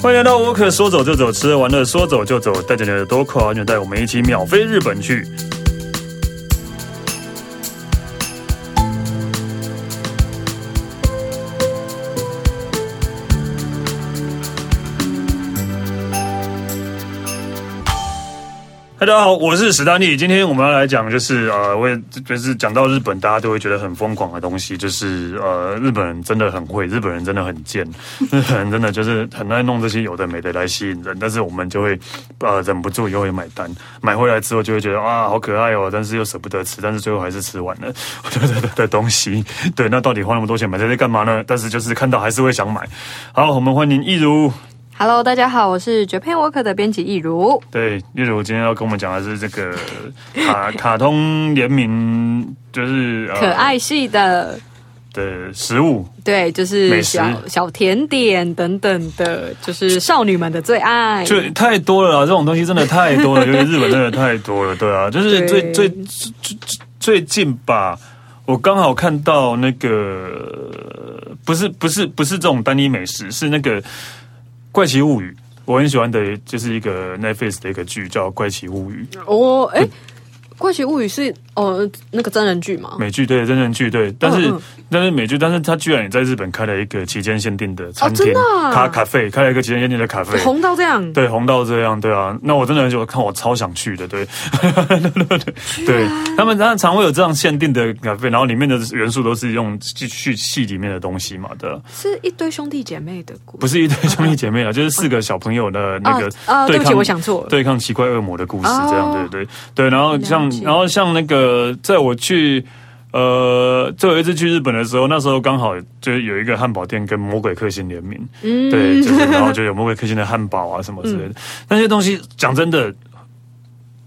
欢迎来到沃克，说走就走，吃完了说走就走，带着你的多口安全带，我们一起秒飞日本去。嗨，大家好，我是史丹利。今天我们要来讲，就是呃，我也就是讲到日本，大家都会觉得很疯狂的东西，就是呃，日本人真的很会，日本人真的很贱， 日本人真的就是很爱弄这些有的没的来吸引人，但是我们就会呃忍不住又会买单，买回来之后就会觉得啊好可爱哦，但是又舍不得吃，但是最后还是吃完了 的的东西。对，那到底花那么多钱买这些干嘛呢？但是就是看到还是会想买。好，我们欢迎一如。 Hello，大家好，我是 Japan Worker 的编辑易如。对，例如今天要跟我们讲的是这 个卡卡通联名，就是、呃可爱系的，的食物。对，就美是食小小甜点等等的，就是少女们的最爱。就太多了啦，这种东西真的太多了，因为日本真的太多了， 对啊，就是最对最最最最近吧，我刚好看到那个呃不是不是不是这种单一美食，是那个《怪奇物语》，我很喜欢的就是一个 Netflix 的一个剧叫《怪奇物语》，哦，哎，《怪奇物语》是哦那个真人剧 吗？美剧对真人剧对，但是、嗯但是美剧，但是它居然也在日本开了一个期间限定的餐真厅，的啊咖咖啡开了一个期间限定的 咖啡，红到这样，对，红到这样，对啊，那我真的很久看，我超想去的，对， 对，他们他们常会有这样限定的咖啡，然后里面的元素都是用去去戏里面的东西嘛的，是一堆兄弟姐妹的故不事。是一对兄弟姐妹啊，就是四个小朋友的那个啊啊对对不起，抗我想错了。对抗奇怪恶魔的故事，这样、哦对对对。然后像了解然后像那个，在我去呃，最后一次去日本的时候，那时候刚好就有一个汉堡店跟魔鬼克星联名，嗯对，就是然后就有魔鬼克星的汉堡啊什么之类的，那些东西讲真的。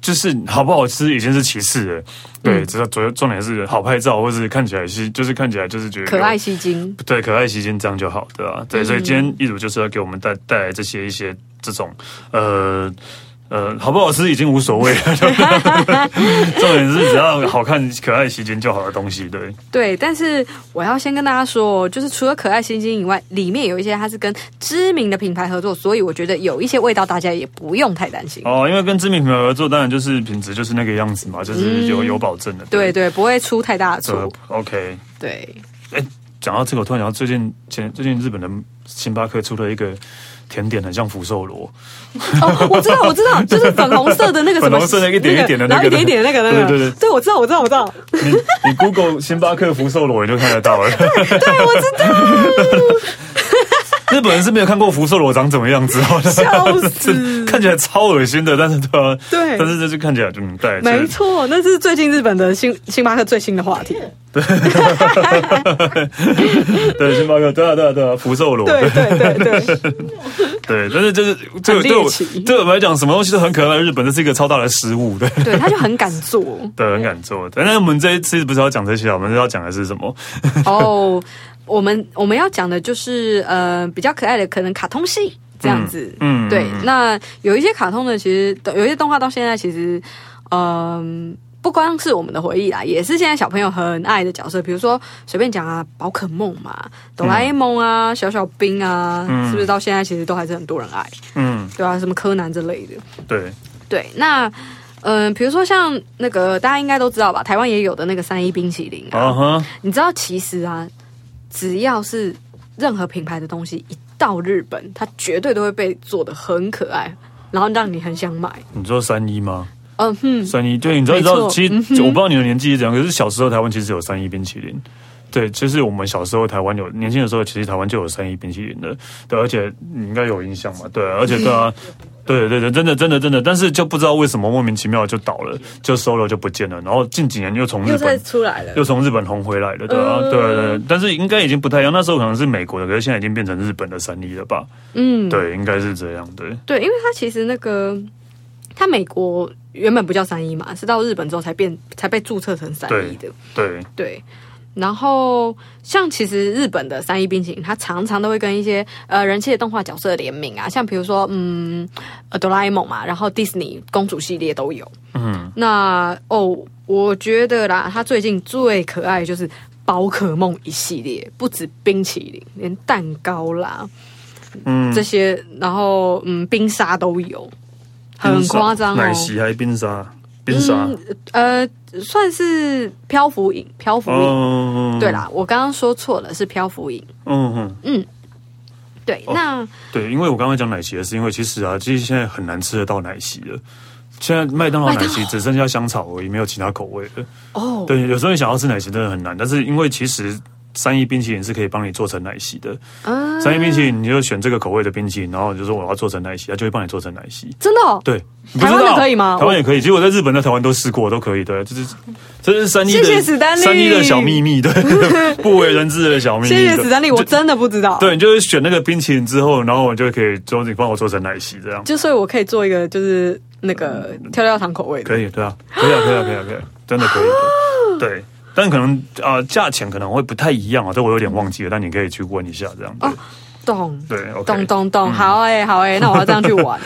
就是好不好吃已经是其次了，对，嗯只要主要重点是好拍照，或是看起来是就是看起来就是觉得可爱吸睛，对，可爱吸睛这样就好，对嗯啊，对，所以今天易主就是要给我们带带来这些一些这种呃。呃，好不好吃已经无所谓了， 重点是只要好看、可爱、吸睛就好的东西，对，对，但是我要先跟大家说，就是除了可爱星星以外，里面有一些它是跟知名的品牌合作，所以我觉得有一些味道大家也不用太担心。哦，因为跟知名品牌合作，当然就是品质就是那个样子嘛，就是有、有保证的，嗯对对，不会出太大的这错。 OK。对，讲到这个，我突然想到最近前最近日本的星巴克出了一个甜点，很像福寿螺，哦，我知道，我知 道，就是粉红色的那个什么，粉红色的一点一点的那然后个一点一点的那个那个，对对对对，我知道，我知道，我知 道，你你 Google 星巴克福寿螺，你就看得到了。对，我知道，日本人是没有看过福寿螺长怎么样子哦，笑 死看起来超恶心的，但是对啊，对但是这就看起来就嗯，对，没错，那是最近日本的星星巴克最新的话题，就是，对，星巴克，对啊，对啊，对啊，福寿螺，对对对 对，对，但是就是这个很猎对我奇对我们来讲，什么东西都很可爱，日本这是一个超大的失误， 对。对，他就很敢做对，很敢做。但是我们这一次不是要讲这些啊，我们是要讲的是什么？ 哦。我们我们要讲的就是呃比较可爱的，可能卡通系这样子，嗯，对，那有一些卡通的，其实有一些动画到现在其实，嗯。不光是我们的回忆啦，也是现在小朋友很爱的角色，比如说随便讲啊，宝可梦嘛，哆啦 A 梦啊，小小兵啊，是不是到现在其实都还是很多人爱，嗯，对啊，什么柯南之类的。对，对，那嗯、呃比如说像那个大家应该都知道吧，台湾也有的那个三一冰淇淋啊，啊哈，你知道，其实啊，只要是任何品牌的东西一到日本，它绝对都会被做的很可爱，然后让你很想买。你说三一吗？嗯哼，三一，对，你知道，你没知错嗯道，其实我不知道你的年纪是怎样，可是小时候台湾其实有三一冰淇淋。对，就是我们小时候台湾有，年轻的时候其实台湾就有三一冰淇淋的，对，而且你应该有印象嘛，对，而且对 啊，对对对，真的真的真的，但是就不知道为什么莫名其妙就倒了，就收了就不见了，然后近几年又从日又嗯本再出来了。又从日本红回来了，对啊，对对对，但是应该已经不太一样。那时候可能是美国的，可是现在已经变成日本的三一了吧？嗯，对，应该是这样，对，对，因为它其实那个，它美国原本不叫三一嘛，是到日本之后才变才被注册成三一的。对，对。然后，像其实日本的三一 E 冰淇淋，它常常都会跟一些呃人气的动画角色联名啊，像比如说嗯，呃哆啦 A 梦嘛，然后迪士尼公主系列都有。嗯，那哦，我觉得啦，它最近最可爱的就是宝可梦一系列，不止冰淇淋，连蛋糕啦，嗯，这些，然后嗯，冰沙都有，很夸张奶哦。昔还是冰沙？冰沙？呃，算是漂浮饮，漂浮饮。哦，对，啦，我刚刚说错了，是漂浮饮。嗯嗯，对，哦那对，因为我刚刚讲奶昔的是因为其实啊，其实现在很难吃得到奶昔了。现在麦当劳麦当奶劳昔只剩下香草而已，没有其他口味了。哦，对，有时候你想要吃奶昔真的很难，但是因为其实三一冰淇淋是可以帮你做成奶昔的。嗯，啊三一冰淇淋你就选这个口味的冰淇淋，然后你就说我要做成奶昔，它啊就会帮你做成奶昔。真的哦，对，你不台湾知的道可以吗台湾也可以，哦其实我在日本、在台湾都试过，都可以的。这是这是三一谢谢的史丹利三一的小秘密，对， 不为人知的小秘密。谢谢对史丹利，我真的不知道。对，你就是选那个冰淇淋之后，然后我就可以说你帮我做成奶昔这样，就所以我可以做一个就是那个跳跳糖口味的，嗯可以对啊，可以啊，可以啊，可以啊，可以啊，真的可以哦的，对。但可能啊、呃价钱可能会不太一样啊，这我有点忘记了，但你可以去问一下这样。对、哦咚对，OK，嗯咚咚咚，好哎、好 哎、那我要这样去玩，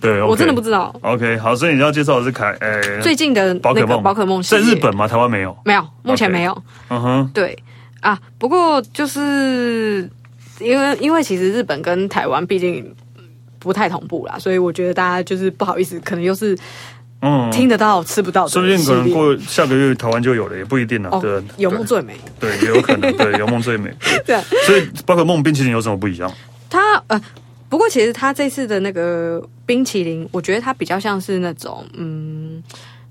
对我真的不知道 OK，好，所以你要介绍的是凯，诶、最近的宝那可个梦，宝可梦系在列日本吗？台湾没有。没有，目前 OK 没有。嗯哼，对啊，不过就是因为因为其实日本跟台湾毕竟不太同步啦，所以我觉得大家就是不好意思，可能又是嗯，听得到吃不到的系说不列，定可能过下个月台湾就有了，也不一定啊。对哦，，有梦最美。对，对也有可能。对，有梦最美。对，所以宝可梦冰淇淋有什么不一样？它呃，不过其实它这次的那个冰淇淋，我觉得它比较像是那种嗯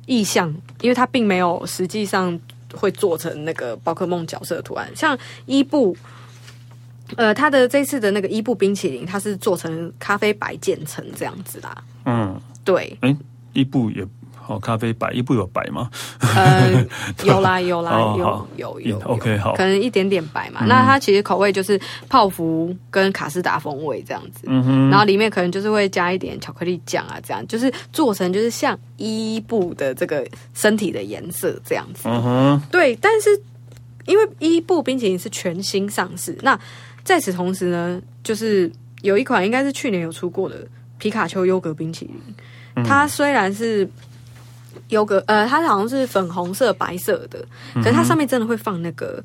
意象，因为它并没有实际上会做成那个宝可梦角色的图案，像伊布。呃，它的这次的那个伊布冰淇淋，它是做成咖啡白渐层这样子啦。嗯，对，哎，一部也好，咖啡白一部有白吗？呃，有 啦有啦哦有好有嗯有，OK，好嗯可能一点点白嘛。那它其实口味就是泡芙跟卡士达风味这样子，嗯然后里面可能就是会加一点巧克力酱啊，这样就是做成就是像伊布的这个身体的颜色这样子。嗯哼，对，但是因为伊布冰淇淋是全新上市，那在此同时呢，就是有一款应该是去年有出过的皮卡丘优格冰淇淋，它虽然是。优格，呃，它好像是粉红色、白色的，可是它上面真的会放那个、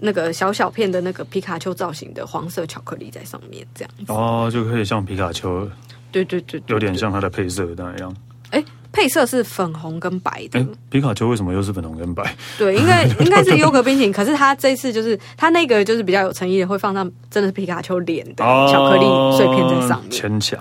那个小小片的那个皮卡丘造型的黄色巧克力在上面，这样。哦，就可以像皮卡丘，对对对对有点像它的配色那样。哎，配色是粉红跟白的，哎，皮卡丘为什么又是粉红跟白？对，应该应该是优格冰淇淋，可是它这一次就是它那个就是比较有诚意的，会放上真的是皮卡丘脸的哦巧克力碎片在上面。牵强。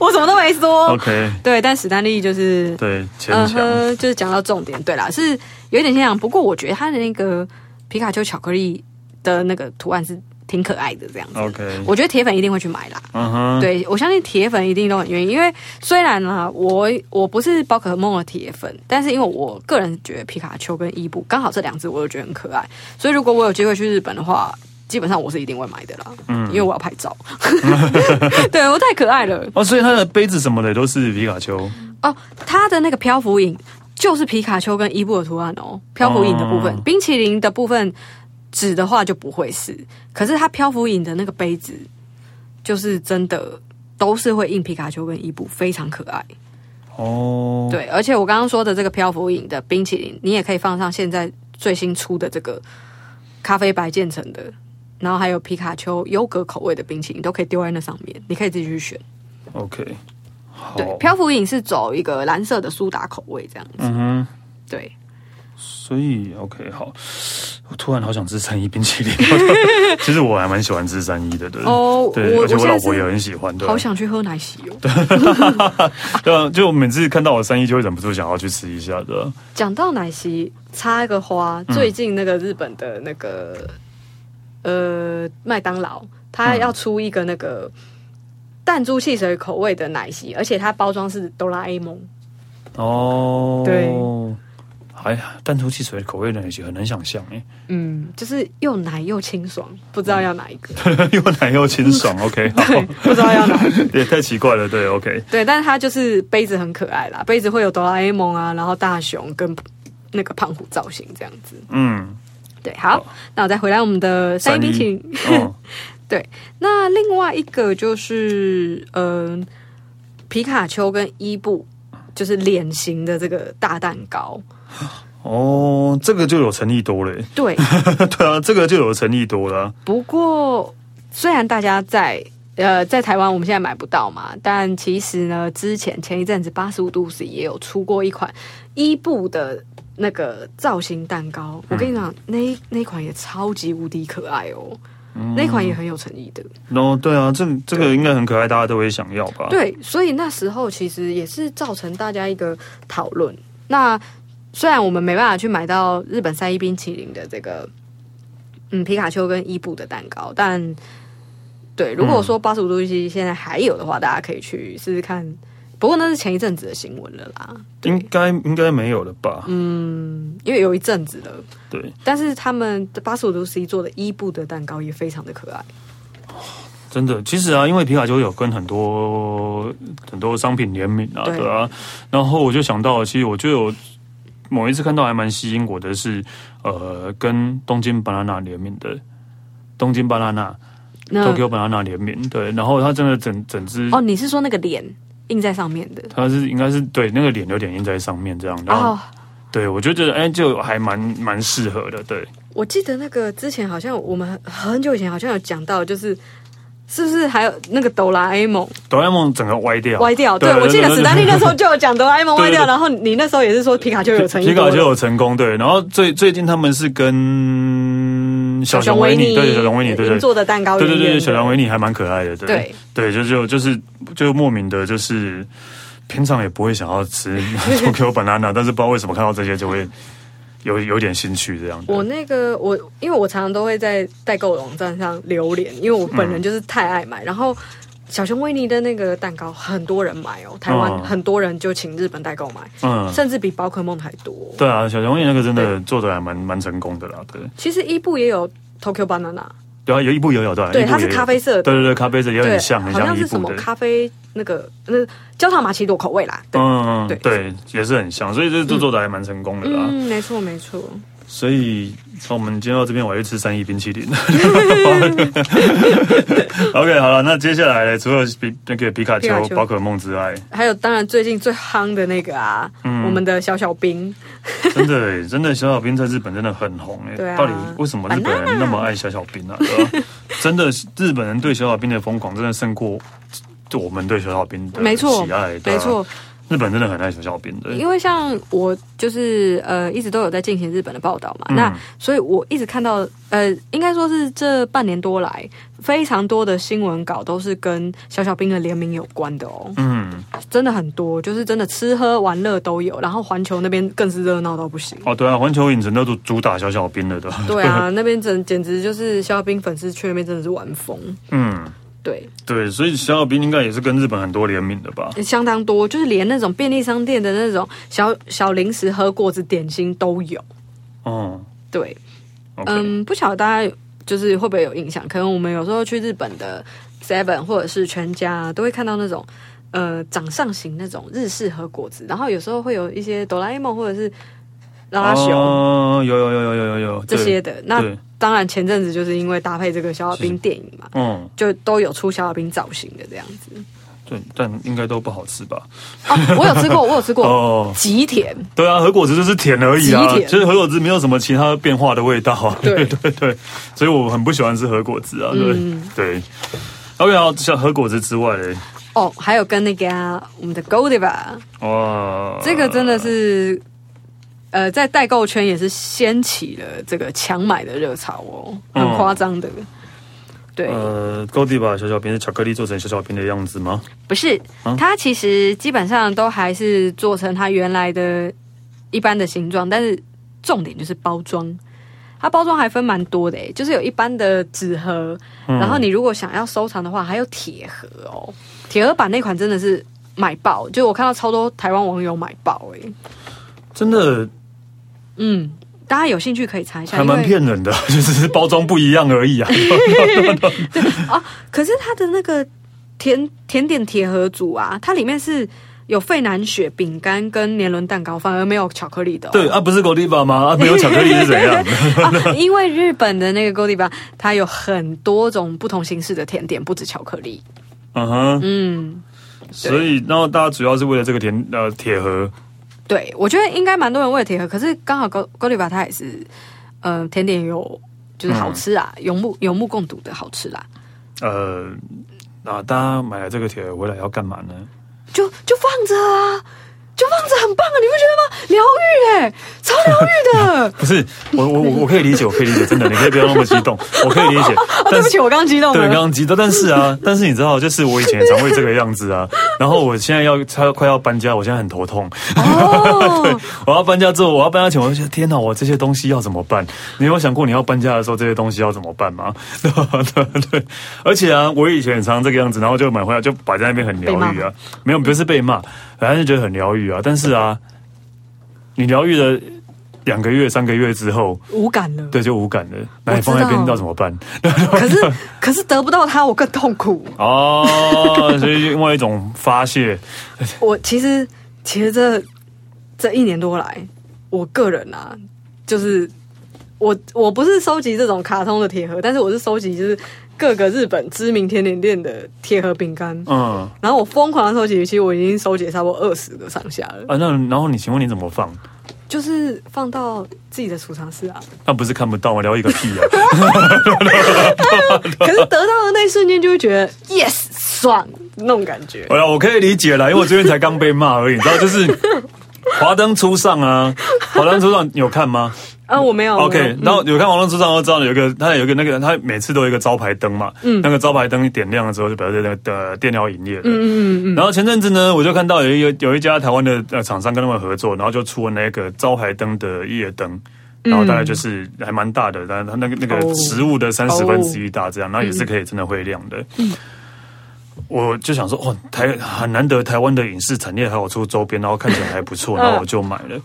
我什么都没说。 OK，对，但史丹利就是，哦对，牵哦嗯强。哼，就是讲到重点。对啦，是有一点牵强，不过我觉得它的那个皮卡丘巧克力的那个图案是挺可爱的，这样子。 OK，我觉得铁粉一定会去买啦。嗯哼，对，我相信铁粉一定都很愿意，因为虽然啊，我我不是宝可梦的铁粉，但是因为我个人觉得皮卡丘跟伊布刚好这两只，我都觉得很可爱，所以如果我有机会去日本的话，基本上我是一定会买的啦，嗯，因为我要拍照，对我太可爱了哦，所以它的杯子什么的都是皮卡丘。哦，它的那个漂浮影就是皮卡丘跟伊布的图案哦，漂浮影的部分，哦冰淇淋的部分纸的话就不会是，可是它漂浮影的那个杯子就是真的。都是会印皮卡丘跟伊布，非常可爱。哦，对，而且我刚刚说的这个漂浮饮的冰淇淋，你也可以放上现在最新出的这个咖啡白渐层的，然后还有皮卡丘优格口味的冰淇淋，都可以丢在那上面，你可以自己去选。 ，OK，好对，漂浮饮是走一个蓝色的苏打口味这样子。嗯哼，对，所以 OK 好，我突然好想吃三一冰淇淋。 其实我还蛮喜欢吃三一的，对。哦，对，我而且我现老在婆也是很喜欢，对啊好想去喝奶昔哦。对啊，就每次看到我三一，就会忍不住想要去吃一下的。讲到奶昔，插一个花，最近那个日本的那个、呃麦当劳，它要出一个那个弹珠汽水口味的奶昔，而且它包装是哆啦 A 梦。哦，对，哎呀，弹珠汽水的口味呢，也很难想象哎，嗯，就是又奶又清爽，不知道要哪一个， 又奶又清爽。OK， 对，好，不知道要哪一个，也太奇怪了。对，OK，对，但是它就是杯子很可爱啦，杯子会有哆啦 A 梦啊，然后大雄跟那个胖虎造型这样子，嗯，对，好，那我再回来我们的三一冰淇淋， 哦，对，那另外一个就是，嗯、皮卡丘跟伊布，就是脸型的这个大蛋糕。哦， 这个就有诚意多了欸。 对，对啊，这个就有诚意多了啊。不过虽然大家在呃在台湾我们现在买不到嘛，但其实呢，之前前一阵子八十五度 C 也有出过一款伊布的那个造型蛋糕，我跟你讲，那那一款也超级无敌可爱哦。那一款也很有诚意的，然后对啊，这这个应该很可爱，大家都会想要吧？对，所以那时候其实也是造成大家一个讨论。那虽然我们没办法去买到日本赛伊冰淇淋的这个，嗯，皮卡丘跟伊布的蛋糕，但对，如果说八十五度 C 现在还有的话，大家可以去试试看。不过那是前一阵子的新闻了啦，应该应该没有了吧？嗯，因为有一阵子了。对，但是他们八十五度 C 做的伊布的蛋糕也非常的可爱。真的，其实啊，因为皮卡丘有跟很多很多商品联名啊，对对啊，然后我就想到，其实我就有某一次看到还蛮吸引我的是，呃，跟东京 banana 联名的东京 banana、那 Tokyo banana 联名，对，然后它真的整整只。嗯哦，你是说那个脸印在上面的？它是应该是对啊那个脸有点印在上面这样，然后、哦对我就觉得哎、就还蛮蛮适合的，对，我记得那个之前好像我们很很久以前好像有讲到，就是是不是还有那个哆啦 A 梦哆啦 A 梦整个歪掉，歪掉？对，我记得史丹利那时候就有讲哆啦 A 梦歪掉，然后你那时候也是说皮卡丘有成意，皮卡丘有成功，对。然后最最近他们是跟小熊维尼，对小熊维尼，对对做的蛋糕，对对对，小熊熊维尼还蛮可爱的，对对对，就就就是就莫名的，就是平常也不会想要 吃 Tokyo banana，但是不知道为什么看到这些就会有有点兴趣这样。对我那个我，因为我常常都会在代购网站上榴莲，因为我本人就是太爱嗯买。然后小熊维尼的那个蛋糕，很多人买哦，台湾嗯很多人就请日本代购买，嗯，甚至比宝可梦还多。对啊，小熊维尼那个真的对做的还蛮蛮成功的啦，对。其实伊布也有 Tokyo Banana，有啊有一部有有对啊，对一部它是也有咖啡色的对对对，咖啡色有对，点像，很好像一是什部么的。咖啡那个那焦糖玛奇朵口味啦。对，嗯，对嗯嗯对，也是很像，所以这这做的还蛮成功的啦。嗯，没错没错。所以，那我们今天到这边，我要去吃三亿冰淇 淋。OK，好了，那接下来除了皮那个皮卡皮卡丘、丘宝可梦之外，还有当然最近最夯的那个啊，嗯我们的小小兵，真的耶真的小小兵在日本真的很红诶。对啊到底为什么日本人那么爱小小兵啊？对 吧真的，日本人对小小兵的疯狂真的胜过就我们对小小兵的没错喜爱。对啊没错，日本真的很爱小小兵的。因为像我就是呃一直都有在进行日本的报道嘛，嗯那所以我一直看到呃应该说是这半年多来非常多的新闻稿都是跟小小兵的联名有关的哦，嗯，真的很多，就是真的吃喝玩乐都有，然后环球那边更是热闹到不行。哦，对啊，环球影城都主主打小小兵了的。 对啊，那边真简直就是肖冰粉丝圈那边真的是玩疯，嗯，对，对，所以小小兵应该也是跟日本很多联名的吧？相当多，就是连那种便利商店的那种小小零食和果子点心都有。哦对， ，OK，哦嗯，不晓得大家就是会不会有印象？可能我们有时候去日本的 Seven 或者是全家都会看到那种。呃，掌上型那种日式和果子，然后有时候会有一些哆啦 A 梦或者是拉拉熊、哦，有有有有有有有这些，对的。那对当然，前阵子就是因为搭配这个小小兵电影嘛，嗯，就都有出小小兵造型的这样子。对，但应该都不好吃吧？哦，我有 吃过，我有吃过，哦，极甜，对啊，核果子就是甜而已啊极，甜其实核果子没有什么其他变化的味道啊。对嗯对对，所以我很不喜欢吃核果子啊。对、对。OK，好，像核果子之外嘞，哦，还有跟那个、啊、我们的 Goldiva，哇，这个真的是。哦呃，在代购圈也是掀起了这个强买的热潮哦，很嗯夸张的。对，呃，高地把小小冰是巧克力做成小小冰的样子吗？不是，啊它其实基本上都还是做成它原来的一般的形状，但是重点就是包装。它包装还分蛮多的诶，欸就是有一般的纸盒，嗯然后你如果想要收藏的话，还有铁盒哦。铁盒版那款真的是买爆，就我看到超多台湾网友买爆诶。真的嗯，大家有兴趣可以查一下，还蛮因为骗人的， 就只是包装不一样而已 啊。可是它的那个甜甜点铁盒组啊，它里面是有费南雪饼干跟年轮蛋糕，反而没有巧克力的、哦。对啊，不是狗地吧吗？啊，没有巧克力是怎 样？啊，因为日本的那个 g o d i v a 它有很多种不同形式的甜点，不止巧克力。嗯哼，嗯，所以然后大家主要是为了这个甜呃铁盒，对，我觉得应该蛮多人为了铁盒，可是刚好 g o g o d i v a 它也嗯是，呃，甜点有就是好吃啊，有目有目共睹的好吃啦。呃，啊，大家买了这个铁盒回来要干嘛呢？。就就放着啊，就放着很棒啊，你不觉得吗？疗愈哎，超疗愈的不是，我我我我可以理解，我可以理解，真的，你可以不要那么激 动，我可以理解。哦，对但不是起，我刚刚激动对，刚了。刚激动，但是啊，但是你知道，就是我以前也常会这个样子啊。然后我现在要快快要搬家，我现在很头痛。哦，我要搬家之后，我要搬家前，我就觉得天哪，我这些东西要怎么办？你有想过你要搬家的时候这些东西要怎么办吗？ 对对对。而且啊，我以前也常常这个样子，然后就买回来就摆在那边很疗被愈骂啊，没有不是被骂，反正就觉得很疗愈啊。但是啊，你疗愈了两个月、三个月之后，无感了。 对，就无感了。那你我知放在边道要怎么办？可是可是得不到它，我更痛苦。 哦，所以另外一种发泄，我其实其实这这一年多来，我个人啊，就是我我不是收集这种卡通的铁盒，但是我是收集就是各个日本知名甜点店的铁盒饼干。嗯。然后我疯狂的收集，其实我已经收集了差不多二十个上下了，啊，那然后你请问你怎么放？就是放到自己的储 藏室啊。那不是看不到吗？聊一个屁啊！可是得到的那一瞬间，就会觉得 yes 爽那种感觉。好了，哎我可以理解了，因为我最近才刚被骂而已，你知道，就是《华灯初上》啊，《华灯初上》你有看吗啊，我没有我没有？OK，然后有看《华灯初上》都知道有一个，它有一个那个，它每次都有一个招牌灯嘛，那个招牌灯点亮了之后，就表示那个呃电疗营业了。嗯嗯嗯嗯，然后前阵子呢，我就看到有一有有一家台湾的呃厂商跟他们合作，然后就出了那个招牌灯的夜灯。然后大概就是还蛮大的，但是它那个那个哦食物的三十分之一大这样，然后也是可以真的会亮的。嗯我就想说，哦，台很难得台湾的影视产业还有出周边，然后看起来还不嗯错，然后我就买了。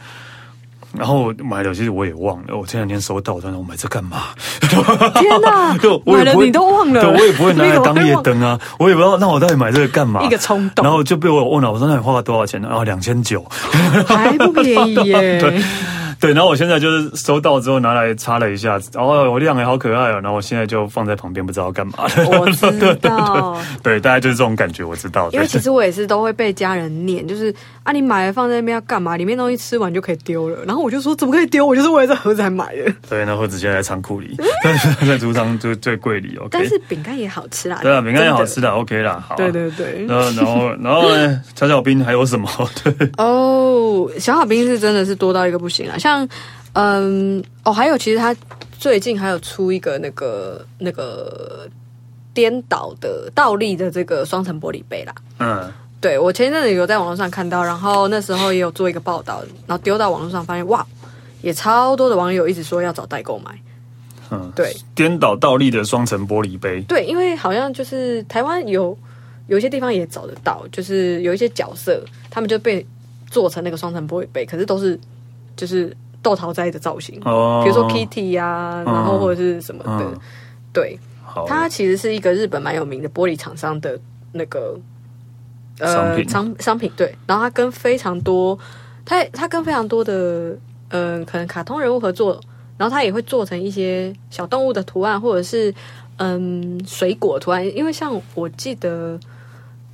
然后我买了，其实我也忘了，我前两天收到，我想说我买这干嘛？ 天 哪就我也买了不会你都忘了对，我也不会拿你来 怎么会当夜灯啊，我也不知道，那我到底买这个干嘛？一个冲动然后就被我问了，我说那你花了多少钱呢？然后两千九，还不便宜耶。 对，然后我现在就是收到之后拿来擦了一下，然后我亮也好可爱哦，然后我现在就放在旁边，不知道干嘛了。我知道，对，大概就是这种感觉，我知道。因为其对实我也是都会被家人念， 就是啊，你买了放在那边要干嘛？里面东西吃完就可以丢了。然后我就说怎么可以丢？我就是为了这盒子才 买的。对，然后直接在仓库里， 在储藏最最柜里。OK，但是饼干也好吃啦，对啊，饼干也好吃真的，OK 啦，好啊。的。对对对，然后，然后，然后呢？小小兵还有什么？ 对，哦，小小兵是真的是多到一个不行啊。像嗯，哦，还有其实他最近还有出一个那个那个颠倒的倒立的这个双层玻璃杯啦。嗯，对我前一阵子有在网络上看到，然后那时候也有做一个报道，然后丢到网络上，发现哇，也超多的网友一直说要找代购买。嗯对颠倒倒立的双层玻璃杯，对，因为好像就是台湾有有一些地方也找得到，就是有一些角色他们就被做成那个双层玻璃杯，可是都是就是豆桃斋的造型，哦比如说 Kitty 呀、然后或者是什么的。嗯对，好，它其实是一个日本蛮有名的玻璃厂商的那个呃商品商商品对，然后它跟非常多，它它跟非常多的嗯、呃可能卡通人物合作，然后它也会做成一些小动物的图案，或者是嗯水果图案，因为像我记得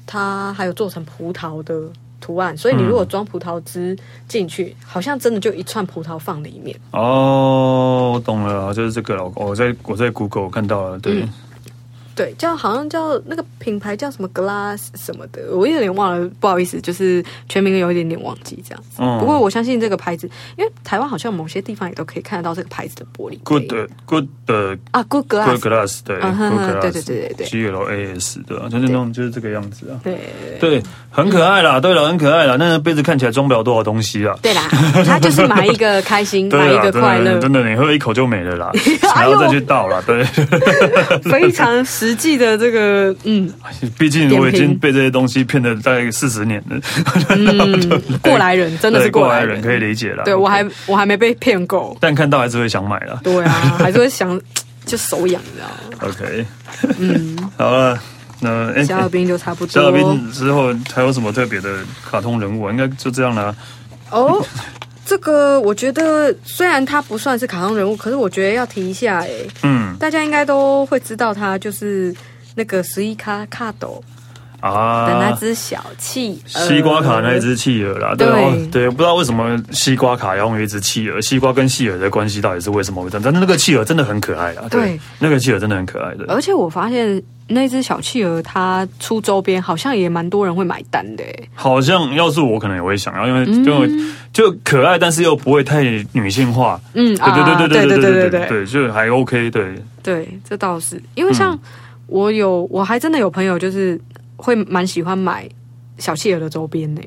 它还有做成葡萄的。图案，所以你如果嗯装葡萄汁进去，好像真的就一串葡萄放里面。哦，我懂了，就是这个了。我我在我在 Google 我看到了，对，嗯对，叫好像叫那个品牌叫什么 Glass 什么的，我有点忘了，不好意思，就是全名有一点点忘记这样子。嗯不过我相信这个牌子，因为台湾好像某些地方也都可以看得到这个牌子的玻璃杯 Good Good 的啊，Good Good Glass， Glass 对嗯哼哼，Good 对 Glass 对对对对 G L A S 对啊，就是那种就是这个样子啊，对对，很可爱啦，对了，很可爱啦，那个杯子看起来装不了多少东西啦。对啦，他就是买一个开心，买 对一啦，个真快的乐，真的，你喝一口就没 了啦，哎然呦后再去倒啦。对，非常实际的这个 嗯毕竟我已点经评被这些东西骗了大概四十年了，嗯，过来人真的是 对过来来人可以理解啦。对我还我还没被骗够，但看到还是会想买啦。对啊，还是会想就手痒，你知道 吗？ OK，嗯， 好了，那哎，小小兵就差不小多小兵之后还有什么特别的卡通人物啊？应该就这样啦。哦，这个我觉得虽然他不算是卡通人物，可是我觉得要提一下哎、嗯大家应该都会知道他就是那个十一卡卡斗的那啊，只小企鹅、西瓜卡那一只企鹅啦，对呃对哦，对，不知道为什么西瓜卡要用一只企鹅，西瓜跟企鹅的关系到底是为什么会这样？但是那个企鹅真的很可爱啊，对，那个企鹅真的很可爱的，而且我发现那只小企鹅它出周边好像也蛮多人会买单的欸，好像要是我可能也会想要，因为就、就可爱，但是又不会太女性化。对嗯，对对啊对对对对对对对对，就还 OK 对。对，这倒是因为嗯像我有，我还真的有朋友就是会蛮喜欢买小企鹅的欸周边呢、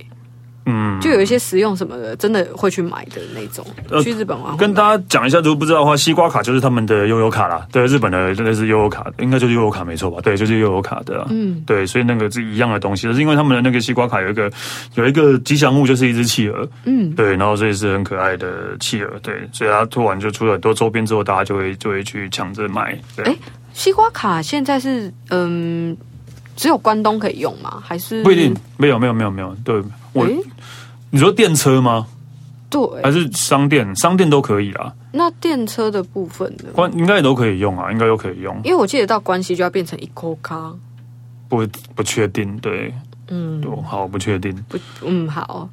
嗯，就有一些实用什么的，真的会去买的那种。呃去日本玩会买，跟大家讲一下，如果不知道的话，西瓜卡就是他们的悠游卡啦，对，日本的类似悠游卡，应该就是悠游卡没错吧？对，就是悠游卡的、嗯，对，所以那个是一样的东西，但是因为他们的那个西瓜卡有一个有一个吉祥物，就是一只企鹅，嗯，对，然后所以是很可爱的企鹅，对，所以它突然就出了很多周边之后，大家就会就会去抢着买，对，诶西瓜卡现在是嗯，只有关东可以用吗？还是不一定？，没有没有没有没有，对我、呃诶你说电车吗？还对，是商店？商店都可以啦，那电车的部分呢？关应该也都可以用啊，应该都可以用，因为我记得到关西就要变成 eco 卡，不不确定，对，嗯，我好不确定。不，嗯，好，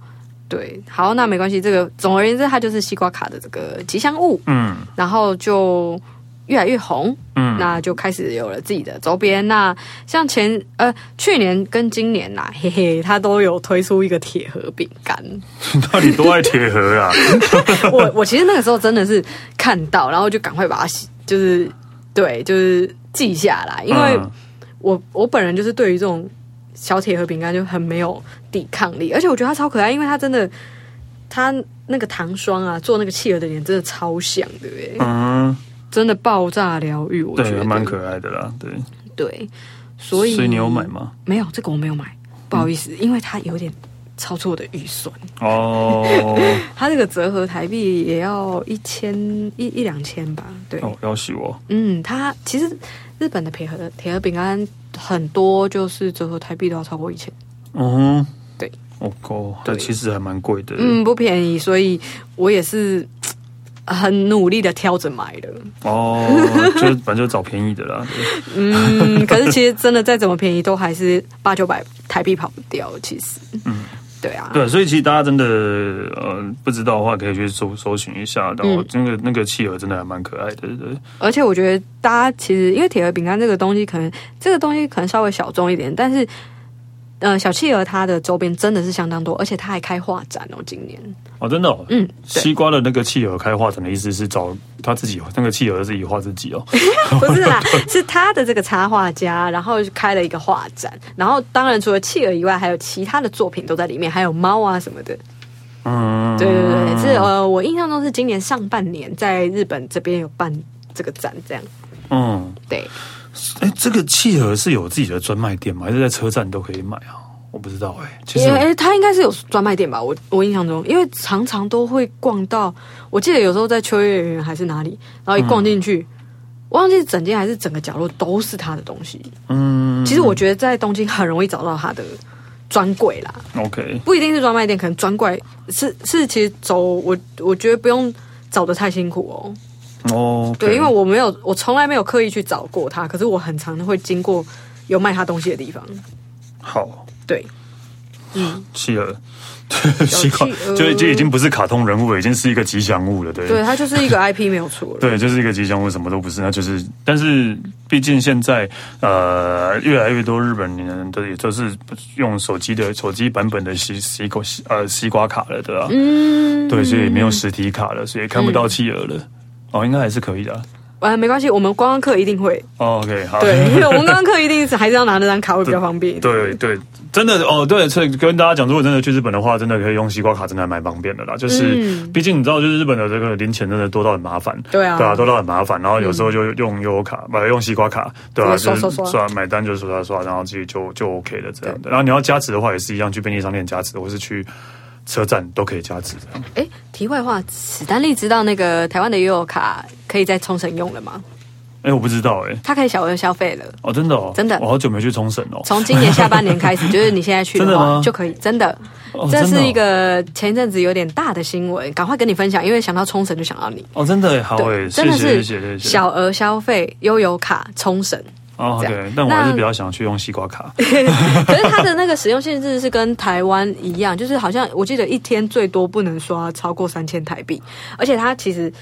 对，好，那没关系。这个总而言之，它就是西瓜卡的这个吉祥物，嗯 然后就越来越红，嗯那就开始有了自己的周边。那像前呃去年跟今年呐、嘿嘿，它都有推出一个铁盒饼 干。到底多爱铁盒啊？我我其实那个时候真的是看到，然后就赶快把它洗就是对就是记下来， 因为嗯我我本人就是对于这种小铁盒饼干就很没有抵抗力，而且我觉得它超可爱，因为它真的它那个糖霜啊，做那个企鹅的脸真的超像的耶，嗯，真的爆炸疗愈，我觉对，得蛮可爱的啦，对。对，所以所以你有买？嗯吗？没有，这个我没有买，不好意思，因为它有点超出我的预算，哦它这个折合台币也要一千一一两千吧，对，哦，要死我！嗯，它其实日本的铁盒铁盒饼干很多，就是折合台币都要超过一千，嗯哼，对，我靠，但其实还蛮贵的。嗯，不便宜，所以我也是很努力的挑着买的，哦，就反正就找便宜的 啦。对 嗯，可是其实真的再怎么便宜，都还是八九百台币跑不掉，其实，嗯，对啊，对，所以其实大家真的呃不知道的话，可以去搜搜寻一下。然后嗯那个那个企鹅真的还蛮可爱的，对。而且我觉得大家其实因为铁盒饼干这个东西，可能这个东西可能稍微小众一点，但是。呃，小企鹅它的周边真的是相当多，而且它还开画展哦，今年。哦，真的哦。嗯，对西瓜的那个企鹅开画展的意思是找他自己那个企鹅自己画自己 哦。不是 啦，是他的这个插画家，然后就开了一个画展，然后当然除了企鹅以外，还有其他的作品都在里面，还有猫啊什么的。嗯，对对对，是呃，我印象中是今年上半年在日本这边有办这个展，这样嗯。对。哎，这个企鹅是有自己的专卖店吗？还是在车站都可以买啊？我不知道哎、其实也、诶他应该是有专卖店吧？我我印象中，因为常常都会逛到，我记得有时候在秋叶原还是哪里，然后一逛嗯进去，忘记整间还是整个角落都是他的东西。嗯其实我觉得在东京很容易找到他的专柜啦。 ，OK，不一定是专卖店，可能专柜是是，其实走我我觉得不用找的太辛苦哦。哦，OK，对，因为我没有，我从来没有刻意去找过它，可是我很常会经过有卖它东西的地方。好对，嗯，企鹅，对，西企瓜鹅就就已经不是卡通人物了，已经是一个吉祥物了，对。对，它就是一个 IP 没有错了。对，就是一个吉祥物，什么都不是。那就是，但是毕竟现在呃，越来越多日本人都也都是用手机的手机版本的西西瓜西呃西瓜卡了，对吧、嗯，对，所以没有实体卡了，所以看不到企鹅了。哦，应该还是可以的啊。呃，没关系，我们观光客一定会，哦 OK，好。对，我们观光客一定是还是要拿那张卡会比较方 便。对对，真的哦，对，所以跟大家讲，如果真的去日本的话，真的可以用西瓜卡，真的还蛮方便的啦。就是，嗯毕竟你知道，就是日本的这个零钱真的多到很麻烦，对啊对啊，多到很麻烦。然后有时候就用悠游卡，不、用西瓜卡，对啊，嗯直接就刷是刷刷刷买单就刷刷刷，然后自己就就 OK 了这样的。然后你要加值的话，也是一样，去便利商店加值，或是去车站都可以加值这样。哎，题外话，史丹利知道那个台湾的悠游卡可以在冲绳用了吗？哎，我不知道哎、它可以小额消费了。哦，真的哦，真的我好久没去冲绳哦。从今年下半年开始，就是你现在去 真的的话吗就可以，真的哦。这真的是哦一个前一阵子有点大的新闻，赶快跟你分享，因为想到冲绳就想到你。哦，真的哎，好哎，谢真的谢谢是谢谢谢。小额消费悠游卡冲绳，哦，这样对，但我还是那比较想去用西瓜卡。 可是它的那个使用限制是跟台湾一样，就是好像我记得一天最多不能刷超过三千台币，而且它其实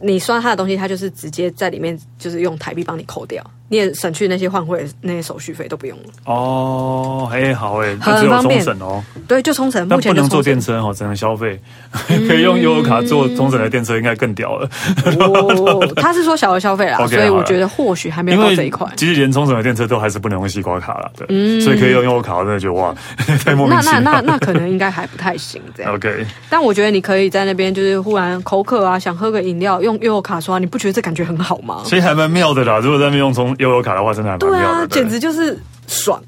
你刷它的东西，它就是直接在里面就是用台币帮你扣掉，你也省去那些换汇那些手续费都不用了。哦，哎，好哎，那很只有方冲便绳哦， 对，就冲绳，但目不前就能冲坐绳嗯电车哦，只能消费， 可以用悠游卡坐冲绳的电车，应该更屌了。哦， 他是说小额消费啦， OK，所以好我了觉得或许还没因有到为这一块。其实连冲绳的电车都还是不能用西瓜卡了，对，所以可以用悠游卡，我真的觉得哇，太莫名那其那妙。 那那可能应该还不太行这样， OK，但我觉得你可以在那边就是忽然口渴啊，想喝个饮料，用悠游卡刷，你不觉得这感觉很好吗？其实还蛮妙的啦。如果在那边用充悠游卡的话，真的还蛮对妙啊，的。简直就是 爽，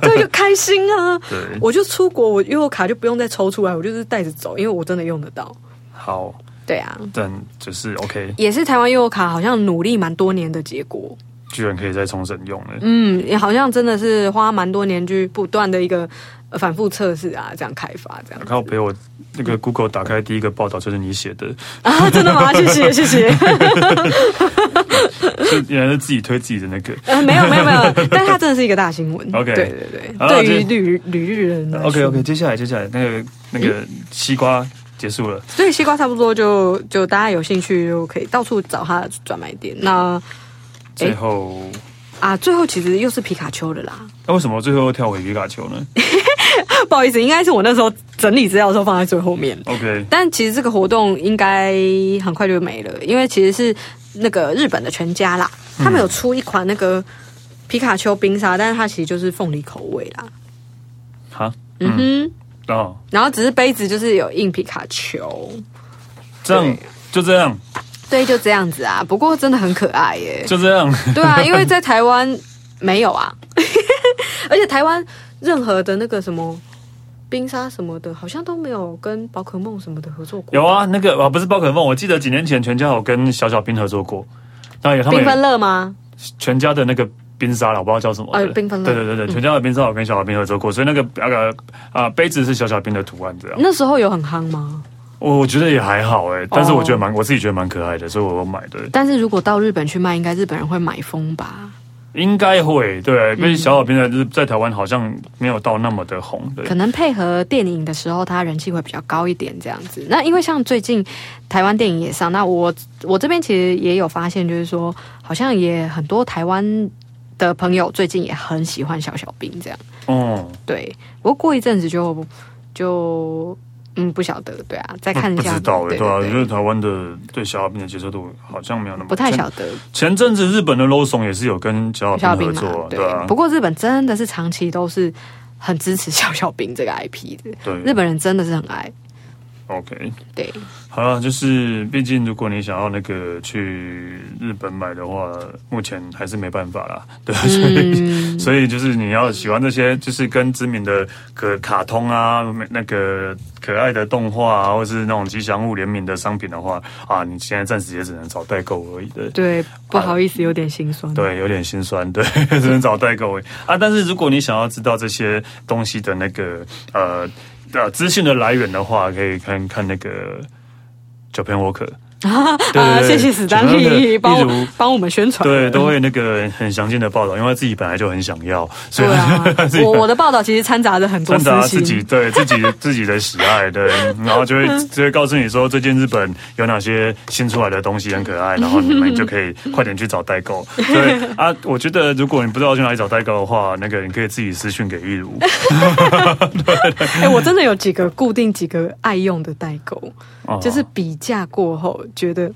对，就开心啊！对，我就出国，我悠游卡就不用再抽出来，我就是带着走，因为我真的用得到。好，对啊，但就是 OK，也是台湾悠游卡好像努力蛮多年的结果。居然可以在冲绳用了。嗯，也好像真的是花蛮多年去不断的一个、呃反复测试啊，这样开发这样然后陪我那个 Google 打开第一个报道就是你写的，啊，真的 吗？谢谢谢谢，就原来是自己推自己的那个。呃，没有没有没有，但它真的是一个大新闻。 OK 对对对，好对这于旅旅日人来说 OK OK，接下来接下来那个那个西瓜结束了，所以西瓜差不多就就大家有兴趣就可以到处找它的转卖点。那最后。啊，最后其实又是皮卡丘了啦，那为什么最后又跳回皮卡丘呢不好意思，应该是我那时候整理资料的时候放在最后面。 ？OK，但其实这个活动应该很快就没了，因为其实是那个日本的全家啦，他们有出一款那个皮卡丘冰沙，但是它其实就是凤梨口味啦。好，嗯哼，然后然后只是杯子就是有印皮卡丘，这样就这样对，就这样子啊。不过真的很可爱耶。就这样， 对啊，因为在台湾没有啊， 而且台湾任何的那个什么冰沙什么的，好像都没有跟宝可梦什么的合作过。有啊，那个啊不是宝可梦，我记得几年前全家有跟小小兵合作过，那也他们缤也纷乐吗？全家的那个冰沙啦，我不知道叫什么的。呃缤纷乐对对对对，全家的冰沙我跟小小冰合作过，所以那个那个啊杯子是小小冰的图案这样。那时候有很夯吗？我我觉得也还好哎、但是我觉得蛮我自己觉得蛮可爱的，所以我有买的。但是如果到日本去卖，应该日本人会买疯吧？应该会嗯对，因为小小冰的就是在台湾好像没有到那么的红。对可能配合电影的时候，它人气会比较高一点这样子。那因为像最近台湾电影也上，那我我这边其实也有发现，就是说好像也很多台湾的朋友最近也很喜欢小小兵这样。哦、对，不过过一阵子就就嗯不晓得，对啊，再看一不下。知道哎、对对啊，对我觉对得台湾的对小小冰的接受度好像没有那么不太前晓得前阵子日本的 Low Song 也是有跟小小小小冰兵合嘛作，，对对啊。不过日本真的是长期都是很支持小小兵这个 IP 的，对日本人真的是很爱。 OK，对，好了，就是毕竟如果你想要那个去日本买的话，目前还是没办法啦。 对，所以、所以就是你要喜欢这些，就是跟知名的可卡通啊，那个可爱的动画啊，或是那种吉祥物联名的商品的话，啊，你现在暂时也只能找代购而已的。对对，不好意思，有点心酸。对，有点心酸，对， 只能找代购而已啊。但是如果你想要知道这些东西的那个呃呃资讯的来源的话，可以看看那个 Japan Walker。 啊、对对谢谢史丹请那利个帮例如我帮我们宣传。 对，都会那个很详尽的报道，因为他自己本来就很想要，所以对 啊自己，我我的报道其实掺杂着很多掺私杂自心。己对 自己自己的喜爱，对，然后就会就会告诉你说最近日本有哪些新出来的东西很可爱，然后你们就可 以快点去找代购。对啊，我觉得如果你不知道去哪里找代购的话，那个你可以自己私讯给易如。哎、我真的有几个固定几个爱用的代购，哦就是比价过后觉得嘖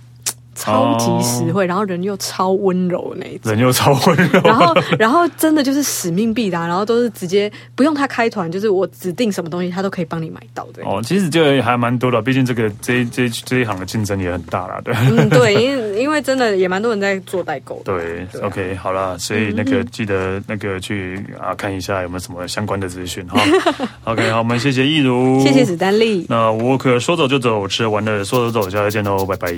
超级哦实惠，然后人又超温柔那一种。人又超温柔，然后，然后真的就是使命必达，然后都是直接不用他开团，就是我指定什么东西，他都可以帮你买到的。哦，其实就还蛮多的，毕竟这个这一这一这一行的竞争也很大啦，对。嗯，对，因为因为真的也蛮多人在做代购的。对对啊嗯 o k 好啦，所以那个记得那个去啊看一下有没有什么相关的资讯哈。OK，好，我们谢谢易如，谢谢史丹利。那我可说走就走，吃完了说走就走，下次见喽，拜拜。